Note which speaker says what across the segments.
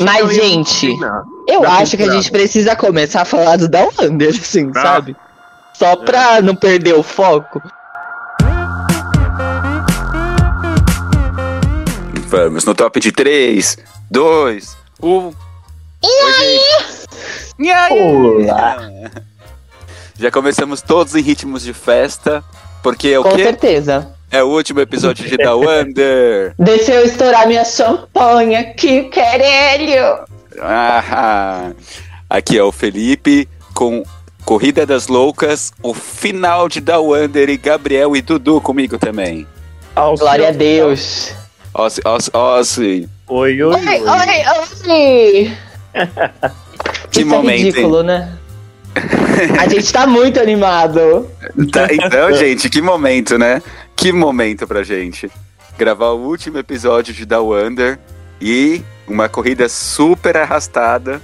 Speaker 1: Mas, gente, eu acho que a gente precisa começar a falar do Dowlander, assim,
Speaker 2: Tá.
Speaker 1: sabe? Só
Speaker 2: É.
Speaker 1: pra não perder o foco.
Speaker 3: Vamos no top de 3, 2, 1. E aí?
Speaker 1: Olá.
Speaker 3: Já começamos todos em ritmos de festa, porque é o
Speaker 1: Com
Speaker 3: quê?
Speaker 1: certeza.
Speaker 3: É o último episódio de The Wonder.
Speaker 1: Deixa eu estourar minha champanhe aqui, querelho.
Speaker 3: Ah, aqui é o Felipe com Corrida das Loucas, o final de The Wonder e Gabriel e Dudu comigo também.
Speaker 1: Glória a Deus.
Speaker 3: Ossi, ossi, ossi.
Speaker 2: Oi, oi,
Speaker 1: Oi, oi,
Speaker 2: oi.
Speaker 1: oi.
Speaker 3: Que
Speaker 1: Isso
Speaker 3: momento,
Speaker 1: é
Speaker 3: hein?
Speaker 1: ridículo, né? A gente tá muito animado.
Speaker 3: Tá, então, gente, que momento, né? Que momento pra gente. Gravar o último episódio de The Wonder e uma corrida super arrastada,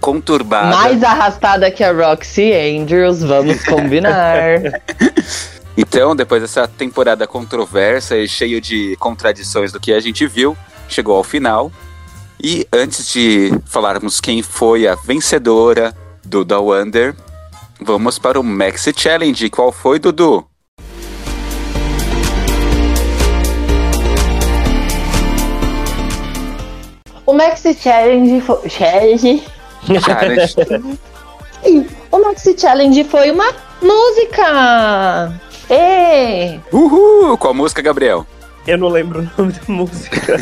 Speaker 3: conturbada.
Speaker 1: Mais arrastada que a Roxy Andrews, vamos combinar.
Speaker 3: Então, depois dessa temporada controversa e cheia de contradições do que a gente viu, chegou ao final. E antes de falarmos quem foi a vencedora do The Wonder, vamos para o Maxi Challenge. Qual foi, Dudu?
Speaker 1: o Maxi é Challenge foi. Challenge.
Speaker 3: Challenge.
Speaker 1: Sim, o Maxi Challenge foi uma música! Ê!
Speaker 3: Uhul! Com a música, Gabriel.
Speaker 2: Eu não lembro o nome da música.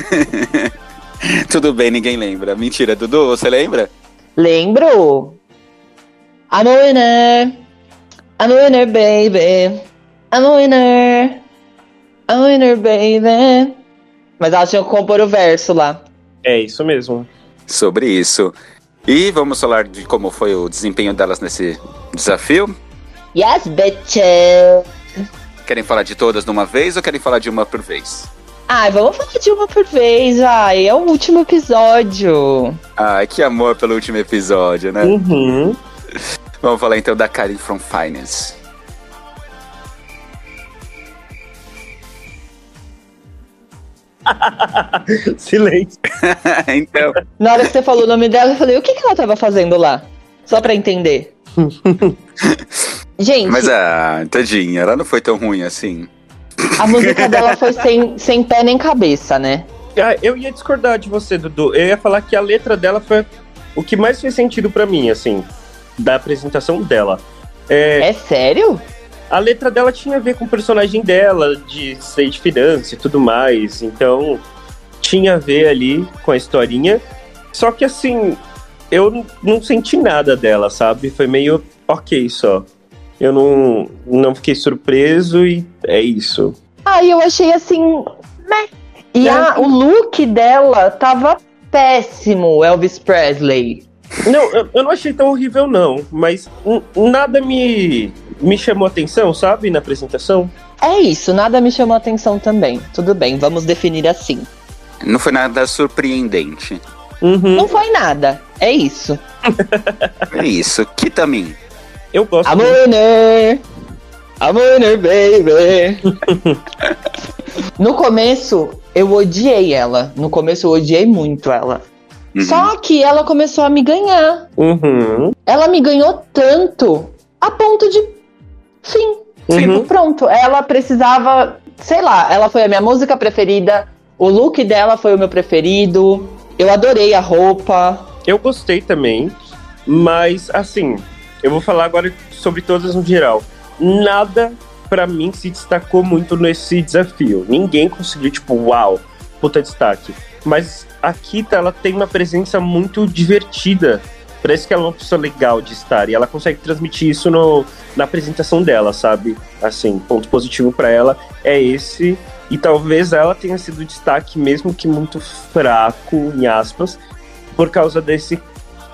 Speaker 3: Tudo bem, ninguém lembra. Mentira, Dudu, você lembra?
Speaker 1: Lembro? I'm a winner! I'm a winner, baby! I'm a winner! I'm a winner, baby! Mas ela tinha que compor o verso lá.
Speaker 2: É isso mesmo.
Speaker 3: Sobre isso. E vamos falar de como foi o desempenho delas nesse desafio?
Speaker 1: Yes, bitches!
Speaker 3: Querem falar de todas de uma vez ou querem falar de uma por vez?
Speaker 1: Ai, vamos falar de uma por vez, ai. É o último episódio.
Speaker 3: Ai, que amor pelo último episódio,
Speaker 1: É.
Speaker 3: né?
Speaker 2: Uhum.
Speaker 3: Vamos falar então da Karen from Finance.
Speaker 2: Silêncio.
Speaker 3: então,
Speaker 1: Na hora que você falou o nome dela, eu falei, o que, que ela tava fazendo lá? Só pra entender. Gente,
Speaker 3: mas a tadinha, ela não foi tão ruim assim.
Speaker 1: a música dela foi sem, sem pé nem cabeça, né?
Speaker 2: Ah, eu ia discordar de você, Dudu. Eu ia falar que a letra dela foi o que mais fez sentido pra mim, assim, da apresentação dela. É,
Speaker 1: É sério?
Speaker 2: a letra dela tinha a ver com o personagem dela, de ser de finança e tudo mais. Então, tinha a ver ali com a historinha. Só que, assim, eu n- não senti nada dela, sabe? Foi meio ok só. Eu não, não fiquei surpreso e é isso.
Speaker 1: Ah, e eu achei assim. meh. E
Speaker 2: É.
Speaker 1: a- o look dela tava péssimo, Elvis Presley.
Speaker 2: Não, eu, eu não achei tão horrível, não. Mas n- nada me, me chamou atenção, sabe? Na apresentação.
Speaker 1: É isso, nada me chamou atenção também. Tudo bem, vamos definir assim.
Speaker 3: Não foi nada surpreendente.
Speaker 2: Uhum.
Speaker 1: Não foi nada, é isso.
Speaker 3: É isso, Kitamin.
Speaker 2: Eu gosto.
Speaker 1: I'm a winner! I'm a winner, né? baby! no começo, eu odiei ela. No começo, eu odiei muito ela.
Speaker 3: Uhum.
Speaker 1: Só que ela começou a me ganhar.
Speaker 2: Uhum.
Speaker 1: Ela me ganhou tanto a ponto de. Fim.
Speaker 2: Sim.
Speaker 1: Tipo, pronto. Ela precisava. Sei lá, ela foi a minha música preferida. O look dela foi o meu preferido. Eu adorei a roupa.
Speaker 2: Eu gostei também, mas assim, eu vou falar agora sobre todas no geral. Nada pra mim se destacou muito nesse desafio. Ninguém conseguiu, tipo, uau, puta destaque. Mas a Kita, ela tem uma presença muito divertida. Parece que ela é uma pessoa legal de estar e ela consegue transmitir isso no, na apresentação dela, sabe? Assim, ponto positivo pra ela é esse. E talvez ela tenha sido o destaque, mesmo que muito fraco, em aspas, por causa desse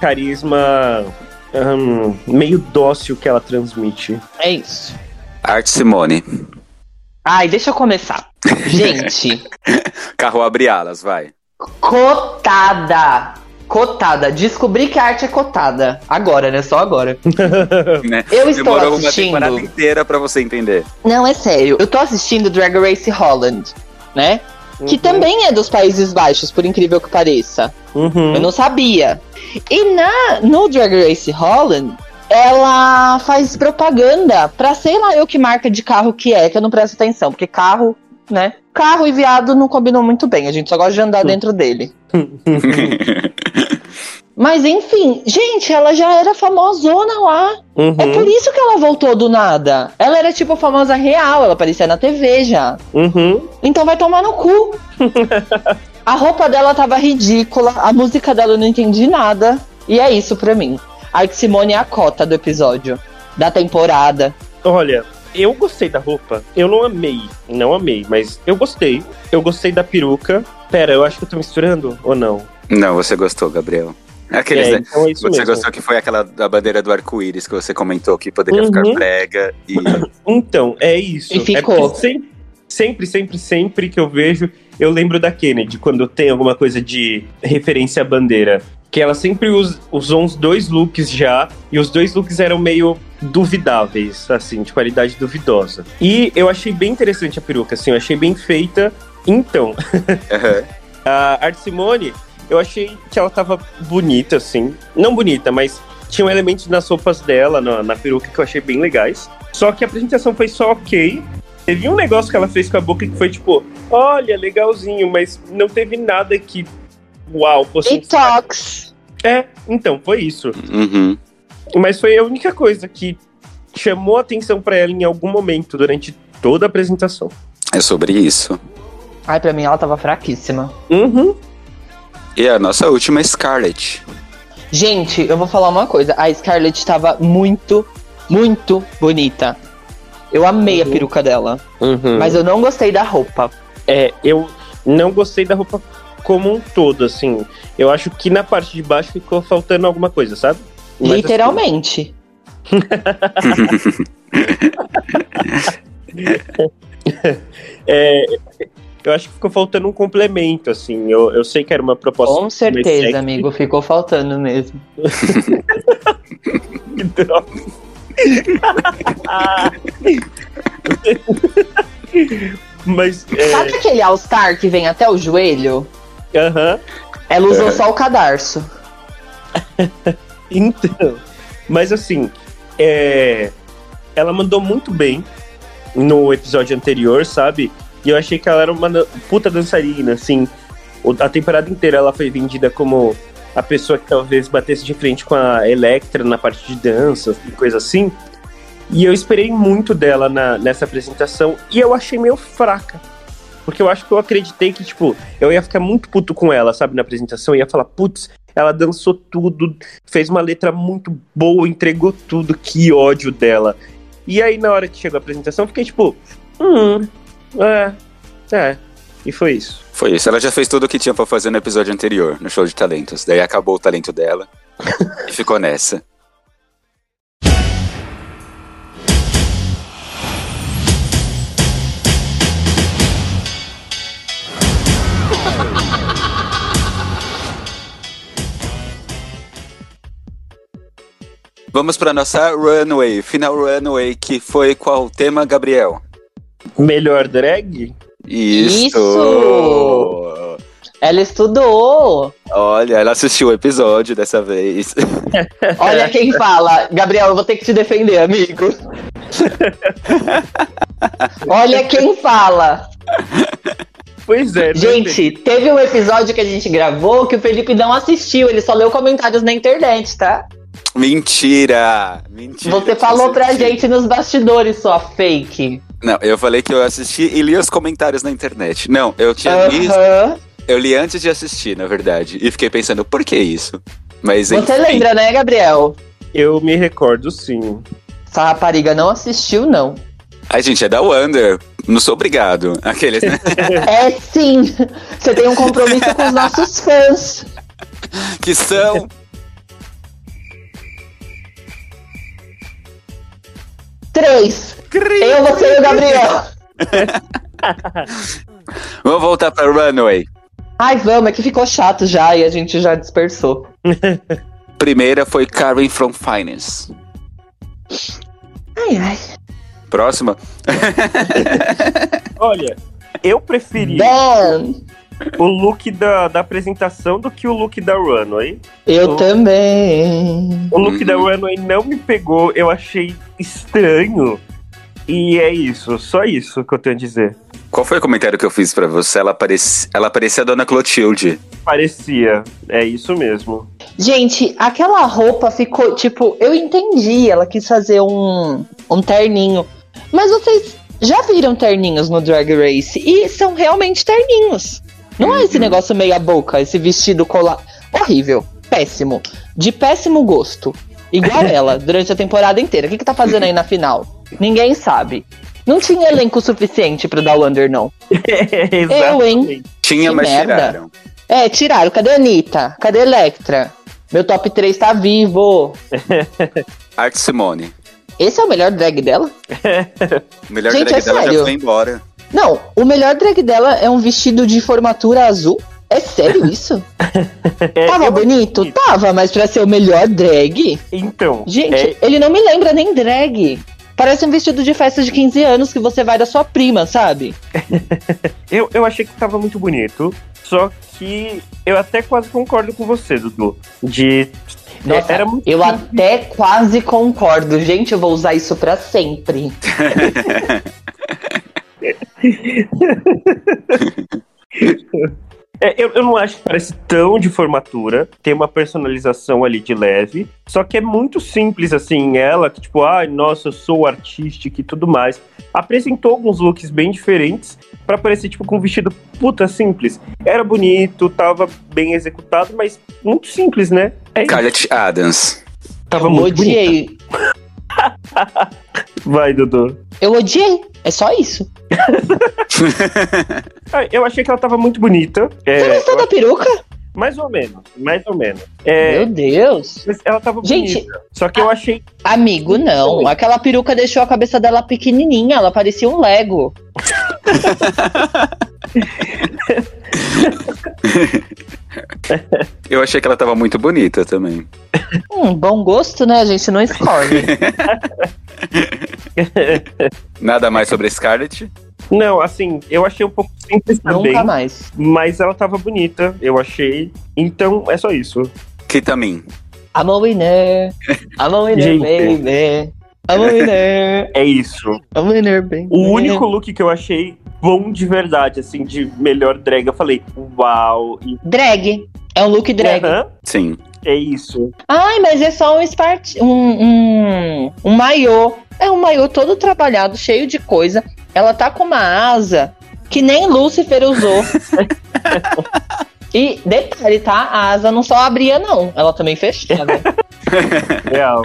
Speaker 2: carisma ahn, meio dócil que ela transmite.
Speaker 1: É isso.
Speaker 3: Art Simone.
Speaker 1: Ai, deixa eu começar. Gente.
Speaker 3: Carro abre alas, vai.
Speaker 1: Cotada! Cotada. Descobri que a arte é cotada. Agora, né? Só agora.
Speaker 3: Né?
Speaker 1: Eu estou
Speaker 3: Demorou uma temporada
Speaker 1: assistindo.
Speaker 3: inteira pra você entender.
Speaker 1: Não, é sério. Eu tô assistindo Drag Race Holland, né? que
Speaker 2: Uhum.
Speaker 1: também é dos Países Baixos, por incrível que pareça.
Speaker 2: Uhum.
Speaker 1: Eu não sabia. E na no Drag Race Holland, ela faz propaganda pra sei lá eu que marca de carro que é, que eu não presto atenção, porque carro, né? Carro e viado não combinam muito bem, a gente só gosta de andar dentro dele. Mas enfim, gente, ela já era famosona lá. É por
Speaker 2: Uhum.
Speaker 1: isso que ela voltou do nada. Ela era tipo famosa real, ela aparecia na TV já.
Speaker 2: Uhum.
Speaker 1: Então vai tomar no cu. a roupa dela tava ridícula, a música dela eu não entendi nada. E é isso pra mim. A Ike Simone é a cota do episódio, da temporada.
Speaker 2: Olha, eu gostei da roupa. Eu não amei. Não amei, mas eu gostei. Eu gostei da peruca. Pera, eu acho que eu tô misturando ou não?
Speaker 3: Não, você gostou, Gabriel. Aqueles,
Speaker 2: É,
Speaker 3: né?
Speaker 2: então é isso
Speaker 3: Você
Speaker 2: mesmo.
Speaker 3: gostou que foi aquela da bandeira do arco-íris que você comentou que poderia
Speaker 2: Uhum.
Speaker 3: ficar prega e
Speaker 2: Então, é isso.
Speaker 1: E ficou.
Speaker 2: É porque sempre, sempre, sempre, sempre que eu vejo, eu lembro da Kennedy, quando tem alguma coisa de referência à bandeira. Que ela sempre us- usou uns dois looks já, e os dois looks eram meio duvidáveis, assim, de qualidade duvidosa. E eu achei bem interessante a peruca, assim, eu achei bem feita. Então,
Speaker 3: Aham.
Speaker 2: a Art Simone, eu achei que ela tava bonita, assim. Não bonita, mas tinha um elemento nas roupas dela, na, na peruca, que eu achei bem legais. Só que a apresentação foi só ok. Teve um negócio que ela fez com a boca que foi tipo, olha, legalzinho, mas não teve nada que. Uau, fosse. um
Speaker 1: Detox.
Speaker 2: É, então, foi isso.
Speaker 3: Uhum.
Speaker 2: Mas foi a única coisa que chamou atenção pra ela em algum momento durante toda a apresentação.
Speaker 3: é sobre isso.
Speaker 2: é-
Speaker 1: Ai, pra mim ela tava fraquíssima.
Speaker 2: Uhum.
Speaker 3: E a nossa última é Scarlett.
Speaker 1: Gente, eu vou falar uma coisa. A Scarlett tava muito, muito bonita. Eu amei a
Speaker 2: Uhum.
Speaker 1: peruca dela,
Speaker 2: Uhum.
Speaker 1: mas eu não gostei da roupa.
Speaker 2: É, eu não gostei da roupa como um todo, assim. Eu acho que na parte de baixo ficou faltando alguma coisa, sabe? Mas,
Speaker 1: Literalmente.
Speaker 2: assim, é, eu acho que ficou faltando um complemento, assim. Eu, eu sei que era uma proposta.
Speaker 1: Com
Speaker 2: mais
Speaker 1: certeza,
Speaker 2: sexy.
Speaker 1: amigo. Ficou faltando mesmo.
Speaker 2: Que droga. Mas,
Speaker 1: Sabe aquele All-Star que vem até o joelho?
Speaker 2: é, aham,
Speaker 1: Ela usou
Speaker 3: É.
Speaker 1: só o cadarço.
Speaker 2: então. Mas, assim, é, ela mandou muito bem no episódio anterior, sabe? E eu achei que ela era uma dan- puta dançarina, assim. O- A temporada inteira ela foi vendida como a pessoa que talvez batesse de frente com a Electra na parte de dança e coisa assim. E eu esperei muito dela na- nessa apresentação e eu achei meio fraca. Porque eu acho que eu acreditei que, tipo, eu ia ficar muito puto com ela, sabe, na apresentação. Eu ia falar, putz, ela dançou tudo, fez uma letra muito boa, entregou tudo, que ódio dela. E aí, na hora que chegou a apresentação, eu fiquei tipo, hum, é, é. E foi isso.
Speaker 3: Foi isso. Ela já fez tudo o que tinha pra fazer no episódio anterior, no show de talentos. Daí acabou o talento dela e ficou nessa. Vamos pra nossa runway, final runway, que foi qual tema, Gabriel?
Speaker 2: Melhor drag?
Speaker 3: Isso!
Speaker 1: Ela estudou.
Speaker 3: Olha, ela assistiu o episódio dessa vez.
Speaker 1: Olha quem fala. Gabriel, eu vou ter que te defender, amigo. Olha quem fala.
Speaker 2: Pois é. né,
Speaker 1: Gente, teve um episódio que a gente gravou que o Felipe não assistiu, ele só leu comentários na internet, tá?
Speaker 3: Mentira! Mentira!
Speaker 1: Você
Speaker 3: que
Speaker 1: falou
Speaker 3: você
Speaker 1: pra
Speaker 3: assistiu.
Speaker 1: gente nos bastidores, sua fake.
Speaker 3: Não, eu falei que eu assisti e li os comentários na internet. Não, eu tinha li,
Speaker 1: Aham.
Speaker 3: eu li antes de assistir, na verdade. E fiquei pensando, por que isso? Mas
Speaker 1: Você
Speaker 3: enfim,
Speaker 1: lembra, né, Gabriel?
Speaker 2: Eu me recordo, sim.
Speaker 1: Essa rapariga não assistiu, não.
Speaker 3: A gente é da Wonder. Não sou obrigado. Aqueles, né?
Speaker 1: É sim. Você tem um compromisso com os nossos fãs.
Speaker 3: que são.
Speaker 1: Três. Eu, você e o Gabriel.
Speaker 3: Vamos voltar pra Runway.
Speaker 1: Ai, vamos, é que ficou chato já e a gente já dispersou.
Speaker 3: Primeira foi Karen from Finance.
Speaker 1: Ai, ai.
Speaker 3: Próxima?
Speaker 2: Olha, Eu preferi
Speaker 1: Dan!
Speaker 2: o look da, da apresentação do que o look da Runway.
Speaker 1: Eu
Speaker 2: Oh.
Speaker 1: também.
Speaker 2: O look
Speaker 3: Uhum.
Speaker 2: da Runway não me pegou, eu achei estranho. E é isso, só isso que eu tenho a dizer.
Speaker 3: Qual foi o comentário que eu fiz pra você? Ela, pareci... Ela parecia a Dona Clotilde.
Speaker 2: Parecia, é isso mesmo.
Speaker 1: Gente, aquela roupa ficou, tipo, eu entendi, ela quis fazer um, um terninho. Mas vocês já viram terninhos no Drag Race e são realmente terninhos. Não é esse
Speaker 3: Uhum.
Speaker 1: negócio meia boca, esse vestido colar. Horrível, péssimo, de péssimo gosto. Igual ela, durante a temporada inteira. O que, que tá fazendo aí na final? Ninguém sabe. Não tinha elenco suficiente pra dar o under, não.
Speaker 2: É,
Speaker 1: Eu, hein?
Speaker 3: Tinha,
Speaker 1: Que
Speaker 3: mas
Speaker 1: merda.
Speaker 3: tiraram.
Speaker 1: É, tiraram. Cadê a Anitta? Cadê a Electra? Meu top 3 tá vivo.
Speaker 3: Art Simone.
Speaker 1: Esse é o melhor drag dela?
Speaker 3: O melhor
Speaker 1: Gente,
Speaker 3: drag
Speaker 1: é
Speaker 3: dela já
Speaker 1: sério.
Speaker 3: foi embora.
Speaker 1: Não, o melhor drag dela é um vestido de formatura azul. É sério isso? Tava
Speaker 2: É, eu-
Speaker 1: bonito? Tava, mas pra ser o melhor drag?
Speaker 2: Então,
Speaker 1: Gente, ele não me lembra nem drag. Parece um vestido de festa de 15 anos que você vai da sua prima, sabe?
Speaker 2: Eu, eu achei que tava muito bonito, só que eu até quase concordo com você, Dudu. De. é,
Speaker 1: Nossa,
Speaker 2: era muito.
Speaker 1: eu até quase concordo. Gente, eu vou usar isso pra sempre.
Speaker 2: é, eu, eu não acho que parece tão de formatura. Tem uma personalização ali de leve. Só que é muito simples, assim, ela, que tipo, ai, nossa, eu sou artística e tudo mais. Apresentou alguns looks bem diferentes pra parecer, tipo, com um vestido puta simples. Era bonito, tava bem executado, mas muito simples, né? É, isso.
Speaker 3: Scarlett Adams.
Speaker 2: tava
Speaker 1: eu
Speaker 2: muito bonito.
Speaker 1: odiei.
Speaker 2: Vai, Dudu.
Speaker 1: Eu odiei. É só isso.
Speaker 2: Ah, Eu achei que ela tava muito bonita. É,
Speaker 1: Você gostou
Speaker 2: eu
Speaker 1: da peruca?
Speaker 2: Mais ou menos, mais ou menos. É,
Speaker 1: Meu Deus.
Speaker 2: mas ela tava
Speaker 1: Gente,
Speaker 2: bonita. Só que eu achei.
Speaker 1: Amigo,
Speaker 2: Hum,
Speaker 1: não. Aquela peruca deixou a cabeça dela pequenininha, ela parecia um Lego.
Speaker 3: Eu achei que ela tava muito bonita também.
Speaker 1: Hum, bom gosto, né? A gente não escolhe.
Speaker 3: Nada mais sobre a Scarlett.
Speaker 2: Não, assim, eu achei um pouco simples também.
Speaker 1: Nunca mais.
Speaker 2: Mas ela tava bonita, eu achei. Então é só isso.
Speaker 3: Kitamin.
Speaker 1: I'm a winner. I'm a winner,
Speaker 2: Gente.
Speaker 1: baby. I'm a winner.
Speaker 2: É isso.
Speaker 1: I'm a winner, baby.
Speaker 2: O único look que eu achei bom de verdade, assim, de melhor drag, eu falei, uau. E
Speaker 1: Drag. É um look drag.
Speaker 2: Aham,
Speaker 3: Sim.
Speaker 2: é isso.
Speaker 1: Ai, mas é só um espart... um, um, um maiô. É um maiô todo trabalhado, cheio de coisa. Ela tá com uma asa que nem Lúcifer usou. e detalhe, tá? A asa não só abria, não. Ela também fechava.
Speaker 2: Real.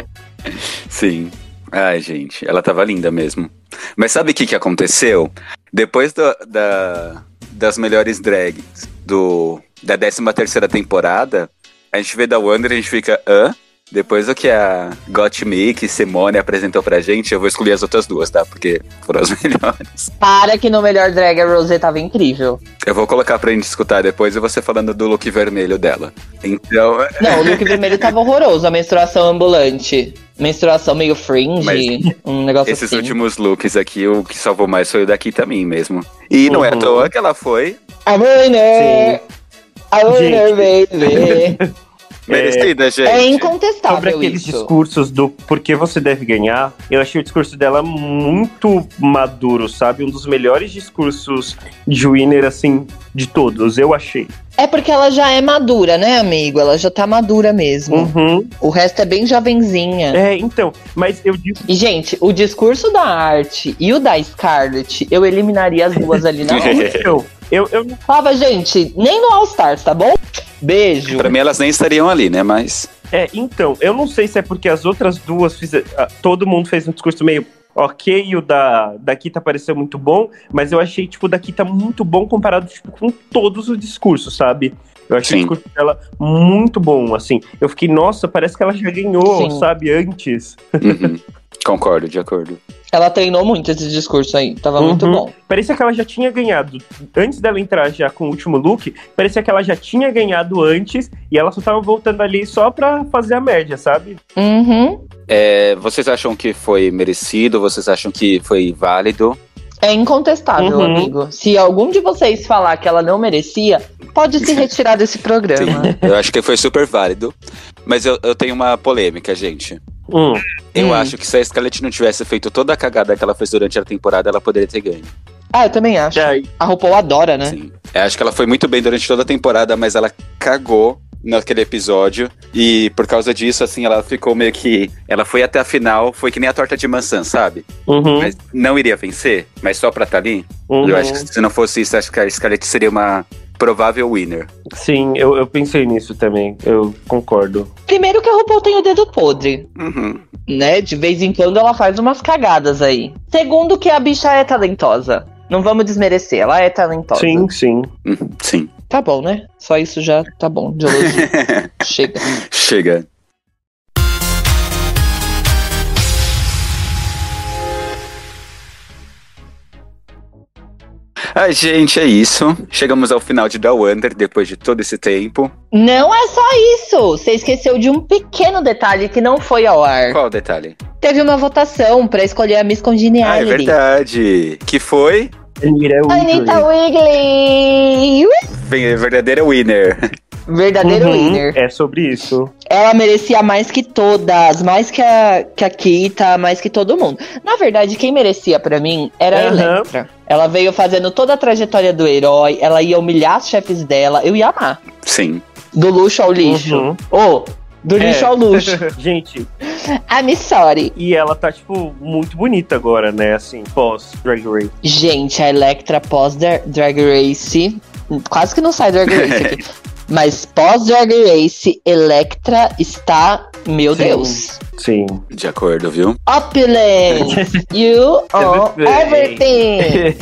Speaker 3: Sim. Ai, gente, ela tava linda mesmo. Mas sabe o que, que aconteceu? Depois do- da, das melhores drags do, da 13 terceira temporada, a gente vê da Wonder e a gente fica, hã? Depois do que a Gottmik e Simone apresentou pra gente, eu vou excluir as outras duas, tá? Porque foram as melhores.
Speaker 1: Para que no melhor drag a Rosé tava incrível.
Speaker 3: Eu vou colocar pra gente escutar depois e você falando do look vermelho dela. Então,
Speaker 1: Não, o look vermelho tava horroroso. A menstruação ambulante. Menstruação meio fringe.
Speaker 3: Mas-
Speaker 1: um negócio
Speaker 3: Esses
Speaker 1: assim.
Speaker 3: últimos looks aqui, o que salvou mais foi o daqui também mesmo. E não é à
Speaker 2: Uhum.
Speaker 3: toa que ela foi
Speaker 1: A winner! A winner, baby!
Speaker 3: merecida, gente.
Speaker 1: É
Speaker 2: Sobre
Speaker 1: incontestável
Speaker 2: aqueles
Speaker 1: isso.
Speaker 2: discursos do por que você deve ganhar, eu achei o discurso dela muito maduro, sabe? Um dos melhores discursos de winner, assim, de todos, eu achei.
Speaker 1: É porque ela já é madura, né, amigo? Ela já tá madura mesmo.
Speaker 2: Uhum.
Speaker 1: O resto é bem jovenzinha.
Speaker 2: É, então, mas eu digo.
Speaker 1: E, gente, o discurso da arte e o da Scarlett, eu eliminaria as duas ali na hora.
Speaker 2: Eu, eu, eu não
Speaker 1: Falava, gente, nem no All Stars, tá bom? Beijo.
Speaker 3: Pra mim, elas nem estariam ali, né? Mas.
Speaker 2: É, então, eu não sei se é porque as outras duas fizeram. Todo mundo fez um discurso meio ok, e o da, da Kita pareceu muito bom, mas eu achei, tipo, o da Kita muito bom comparado tipo, com todos os discursos, sabe? Eu achei
Speaker 3: Sim.
Speaker 2: o discurso dela muito bom, assim. Eu fiquei, nossa, parece que ela já ganhou,
Speaker 1: Sim.
Speaker 2: sabe, antes.
Speaker 3: Uhum. Concordo, de acordo.
Speaker 1: Ela treinou muito esse discurso aí. Tava
Speaker 2: Uhum.
Speaker 1: muito bom.
Speaker 2: Parecia que ela já tinha ganhado. Antes dela entrar já com o último look, parecia que ela já tinha ganhado antes, e ela só tava voltando ali só pra fazer a média, sabe?
Speaker 1: Uhum.
Speaker 3: É, vocês acham que foi merecido? Vocês acham que foi válido?
Speaker 1: É incontestável,
Speaker 2: Uhum.
Speaker 1: amigo. Se algum de vocês falar que ela não merecia, pode se retirar desse programa.
Speaker 3: Eu acho que foi super válido. Mas eu, eu tenho uma polêmica, gente.
Speaker 2: Hum.
Speaker 3: Eu
Speaker 1: Hum.
Speaker 3: acho que se a Scarlett não tivesse feito toda a cagada que ela fez durante a temporada, ela poderia ter ganho.
Speaker 1: Ah, eu também acho.
Speaker 2: Já,
Speaker 1: A RuPaul adora, né?
Speaker 3: Sim. Eu acho que ela foi muito bem durante toda a temporada, mas ela cagou naquele episódio. E por causa disso, assim, ela ficou meio que. Ela foi até a final, foi que nem a torta de maçã, sabe?
Speaker 2: uhum,
Speaker 3: Mas não iria vencer, mas só pra estar ali.
Speaker 2: uhum.
Speaker 3: Eu acho que se não fosse isso, acho que a Scarlett seria uma provável winner.
Speaker 2: Sim, eu, eu pensei nisso também. Eu concordo.
Speaker 1: Primeiro que a RuPaul tem o dedo podre,
Speaker 3: Uhum.
Speaker 1: né? De vez em quando ela faz umas cagadas aí. Segundo que a bicha é talentosa. Não vamos desmerecer, ela é talentosa.
Speaker 2: Sim, sim.
Speaker 3: Uhum, Sim.
Speaker 1: Tá bom, né? Só isso já tá bom de elogio. Chega.
Speaker 3: Chega. Ai, gente, é isso. Chegamos ao final de Down Under depois de todo esse tempo.
Speaker 1: Não é só isso! Você esqueceu de um pequeno detalhe que não foi ao ar.
Speaker 3: Qual o detalhe?
Speaker 1: Teve uma votação pra escolher a Miss
Speaker 3: Ah, é
Speaker 1: Congeniality.
Speaker 3: verdade. Que foi
Speaker 2: Anira
Speaker 1: Anitta Wigley! Ui!
Speaker 3: ve- é verdadeira winner.
Speaker 1: Verdadeiro winner.
Speaker 2: É sobre isso.
Speaker 1: Ela merecia mais que todas, mais que a, que a Kita, mais que todo mundo. Na verdade, quem merecia pra mim era a
Speaker 2: Aham.
Speaker 1: Electra. Ela veio fazendo toda a trajetória do herói, ela ia humilhar os chefes dela, eu ia amar.
Speaker 3: Sim.
Speaker 1: Do luxo ao lixo.
Speaker 2: Uhum.
Speaker 1: Ou, do
Speaker 2: É.
Speaker 1: lixo ao luxo.
Speaker 2: Gente,
Speaker 1: I'm sorry.
Speaker 2: e ela tá, tipo, muito bonita agora, né? Assim, pós Drag Race.
Speaker 1: Gente, a Electra pós Dra- Drag Race. Quase que não sai Drag Race aqui. Mas pós Drag Race, Electra está. Meu
Speaker 2: Sim.
Speaker 1: Deus.
Speaker 2: Sim.
Speaker 3: De acordo, viu?
Speaker 1: Opulence! You own everything!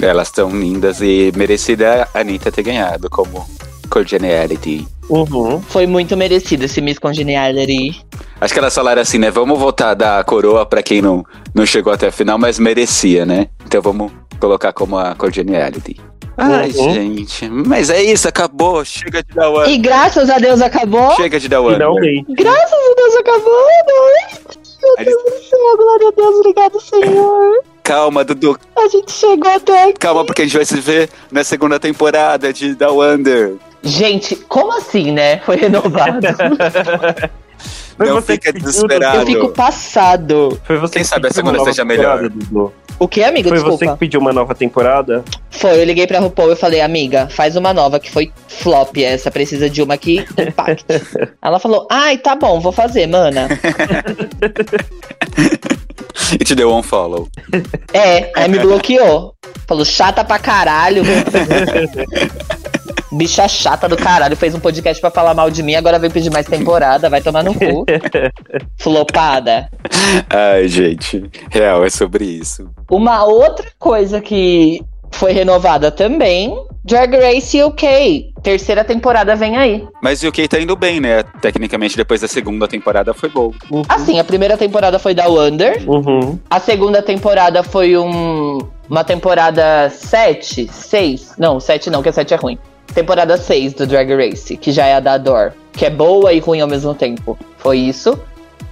Speaker 3: Elas estão lindas e merecida a Anitta ter ganhado como Congeniality.
Speaker 2: uhum.
Speaker 1: Foi muito merecido esse Miss Congeniality.
Speaker 3: Acho que elas falaram assim, né? Vamos voltar a dar a coroa pra quem não, não chegou até a final, mas merecia, né? Então vamos colocar como a Congeniality. Ai,
Speaker 2: Uhum.
Speaker 3: gente. Mas é isso, acabou. Chega de dar one.
Speaker 1: E graças a Deus acabou!
Speaker 3: Chega de dar one.
Speaker 2: Finalmente.
Speaker 1: Graças a Deus acabou! Ai, Meu
Speaker 3: Aí-
Speaker 1: Deus do céu, glória a Deus, obrigado, Senhor!
Speaker 3: Calma, Dudu.
Speaker 1: A gente chegou até aqui.
Speaker 3: Calma, porque a gente vai se ver na segunda temporada de The Wonder.
Speaker 1: Gente, como assim, né? Foi renovado.
Speaker 2: Foi
Speaker 3: Não
Speaker 2: você
Speaker 3: fica
Speaker 2: que pediu,
Speaker 3: desesperado.
Speaker 1: Eu fico passado.
Speaker 2: Foi você
Speaker 3: Quem
Speaker 2: que
Speaker 3: sabe a
Speaker 2: pediu
Speaker 3: segunda
Speaker 2: uma nova
Speaker 3: seja melhor.
Speaker 2: temporada, Dudu.
Speaker 1: O que, amigo?
Speaker 2: Foi
Speaker 1: Desculpa.
Speaker 2: você que pediu uma nova temporada?
Speaker 1: Foi, eu liguei pra RuPaul e falei, amiga, faz uma nova que foi flop essa, precisa de uma que impacte. Ela falou, ai, tá bom, vou fazer, mana.
Speaker 3: E te deu um follow.
Speaker 1: É, aí me bloqueou. Falou, chata pra caralho. Bicha chata do caralho, fez um podcast pra falar mal de mim, agora veio pedir mais temporada, vai tomar no cu. Flopada.
Speaker 3: Ai, gente. Real, é sobre isso.
Speaker 1: Uma outra coisa que foi renovada também, Drag Race UK, terceira temporada vem aí.
Speaker 3: Mas o UK tá indo bem, né? Tecnicamente, depois da segunda temporada foi bom.
Speaker 2: Uhum.
Speaker 1: Assim, a primeira temporada foi da Wonder,
Speaker 2: Uhum.
Speaker 1: a segunda temporada foi um, uma temporada 7, 6, não, 7 não, que a 7 é ruim. Temporada 6 do Drag Race, que já é a da Ador, que é boa e ruim ao mesmo tempo. Foi isso.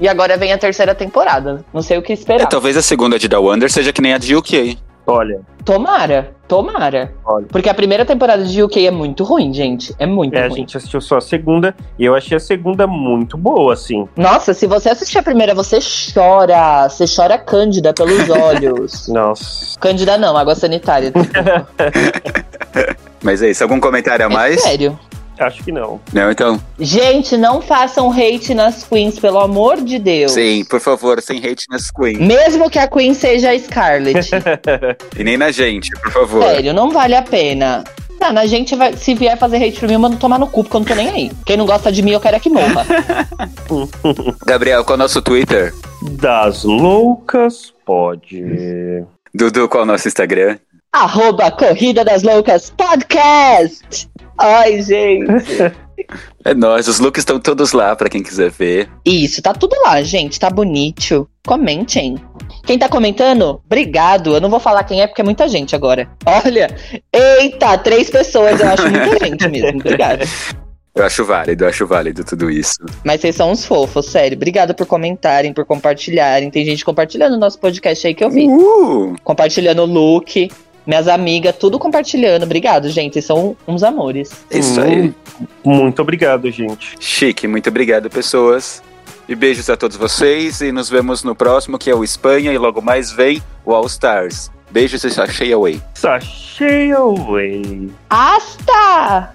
Speaker 1: E agora vem a terceira temporada. Não sei o que
Speaker 3: É,
Speaker 1: esperar.
Speaker 2: Então-
Speaker 3: talvez a segunda de The Wonder seja que nem a de UK.
Speaker 2: Olha,
Speaker 1: Tomara, tomara.
Speaker 2: olha.
Speaker 1: Porque a primeira temporada de UK é muito ruim, gente. É muito
Speaker 2: É, a
Speaker 1: ruim.
Speaker 2: gente assistiu só a segunda e eu achei a segunda muito boa, assim.
Speaker 1: Nossa, se você assistir a primeira, você chora. Você chora Cândida pelos olhos.
Speaker 2: Nossa.
Speaker 1: Cândida não, água sanitária.
Speaker 3: Mas é isso. Algum comentário a mais?
Speaker 1: É sério.
Speaker 2: Acho que não.
Speaker 3: Não, então.
Speaker 1: Gente, não façam hate nas queens, pelo amor de Deus.
Speaker 3: Sim, por favor, sem hate nas Queen.
Speaker 1: Mesmo que a queen seja a Scarlett.
Speaker 3: E nem na gente, por favor.
Speaker 1: sério, não vale a pena. Tá, na gente vai, se vier fazer hate pra mim, eu mando tomar no cu, porque eu não tô nem aí. Quem não gosta de mim, eu quero é que morra.
Speaker 3: Gabriel, qual é o nosso Twitter?
Speaker 2: Das loucas, pode.
Speaker 3: Dudu, qual é o nosso Instagram?
Speaker 1: Arroba Corrida das Loucas Podcast! Ai, gente.
Speaker 3: É nós. Os looks estão todos lá pra quem quiser ver.
Speaker 1: Isso, tá tudo lá, gente. Tá bonito. Comentem. Quem tá comentando, obrigado. Eu não vou falar quem é porque é muita gente agora. Olha, eita, três pessoas. Eu acho muita gente mesmo. Obrigado.
Speaker 3: Eu acho válido, eu acho válido tudo isso.
Speaker 1: Mas vocês são uns fofos, sério. Obrigada por comentarem, por compartilharem. Tem gente compartilhando o nosso podcast aí que eu vi.
Speaker 3: Uh!
Speaker 1: Compartilhando o look, minhas amigas, tudo compartilhando. Obrigado, gente. Vocês são uns amores.
Speaker 3: É Isso aí.
Speaker 2: Muito obrigado, gente.
Speaker 3: Uhum. Chique, muito obrigado, pessoas. E beijos a todos vocês. E nos vemos no próximo, que é o Espanha. E logo mais vem o All Stars. Beijos e sachei away.
Speaker 2: Sachei away.
Speaker 1: Hasta!